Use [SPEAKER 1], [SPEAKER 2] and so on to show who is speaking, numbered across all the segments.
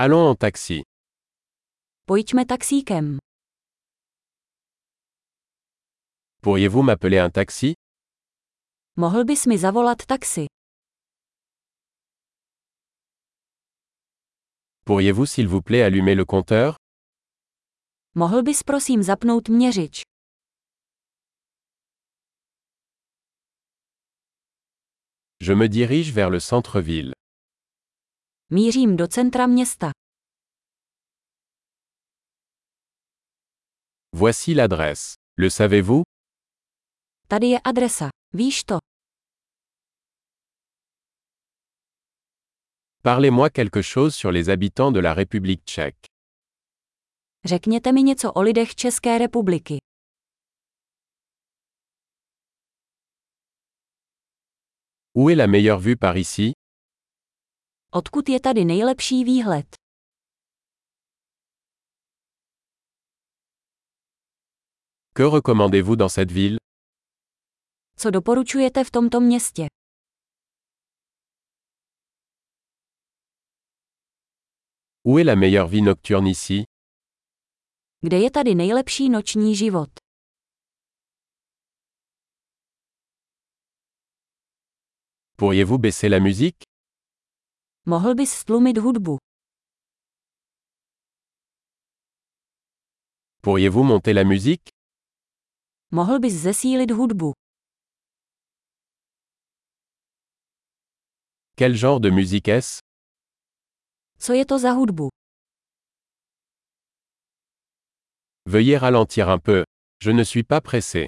[SPEAKER 1] Allons en taxi.
[SPEAKER 2] Pojďme taxíkem.
[SPEAKER 1] Pourriez-vous m'appeler un taxi
[SPEAKER 2] Mohl bys mi zavolat taxi?
[SPEAKER 1] Pourriez-vous s'il vous plaît allumer le compteur
[SPEAKER 2] Mohl bys prosím zapnout měřič?
[SPEAKER 1] Je me dirige vers le centre-ville.
[SPEAKER 2] Mířím do centra města.
[SPEAKER 1] Voici l'adresse. Le savez-vous
[SPEAKER 2] Tady je adresa. Víš to?
[SPEAKER 1] Parlez-moi quelque chose sur les habitants de la République tchèque.
[SPEAKER 2] Řekněte mi něco o lidech České republiky.
[SPEAKER 1] Où est la meilleure vue par ici
[SPEAKER 2] Odkud je tady nejlepší výhled?
[SPEAKER 1] Que recommandez-vous dans cette ville
[SPEAKER 2] Co doporučujete v tomto městě?
[SPEAKER 1] Où est la meilleure vie nocturne ici
[SPEAKER 2] Kde je tady nejlepší noční život?
[SPEAKER 1] Pourriez-vous baisser la musique
[SPEAKER 2] Mohl bys stlumit hudbu?
[SPEAKER 1] Pourriez-vous monter la musique
[SPEAKER 2] Mohl bys zesílit hudbu?
[SPEAKER 1] Quel genre de musique est-ce
[SPEAKER 2] Co je to za hudbu?
[SPEAKER 1] Veuillez ralentir un peu. Je ne suis pas pressé.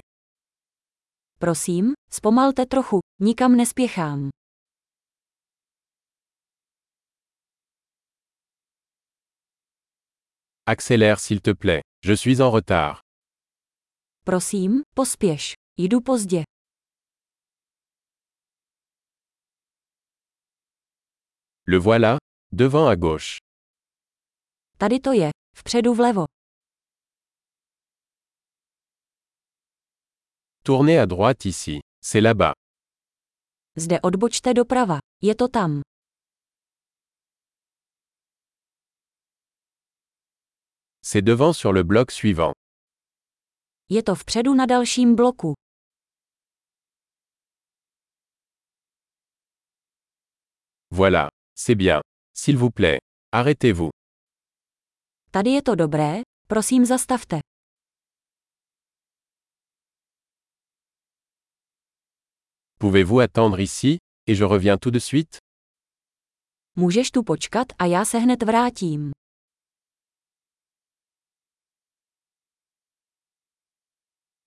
[SPEAKER 2] Prosím, zpomalte trochu, nikam nespěchám.
[SPEAKER 1] Accélère s'il te plaît. Je suis en retard.
[SPEAKER 2] Prosím, pospěš. Jdu pozdě.
[SPEAKER 1] Le voilà, devant à gauche.
[SPEAKER 2] Tady to je, vpředu vlevo.
[SPEAKER 1] Tournez à droite ici. C'est là-bas.
[SPEAKER 2] Zde odbočte doprava. Je to tam.
[SPEAKER 1] C'est devant sur le bloc suivant.
[SPEAKER 2] Je to vpředu na dalším bloku.
[SPEAKER 1] Voilà. C'est bien. S'il vous plaît. Arrêtez-vous.
[SPEAKER 2] Tady je to dobré, prosím zastavte.
[SPEAKER 1] Pouvez-vous attendre ici, et je reviens tout de suite
[SPEAKER 2] Můžeš tu počkat a já se hned vrátím.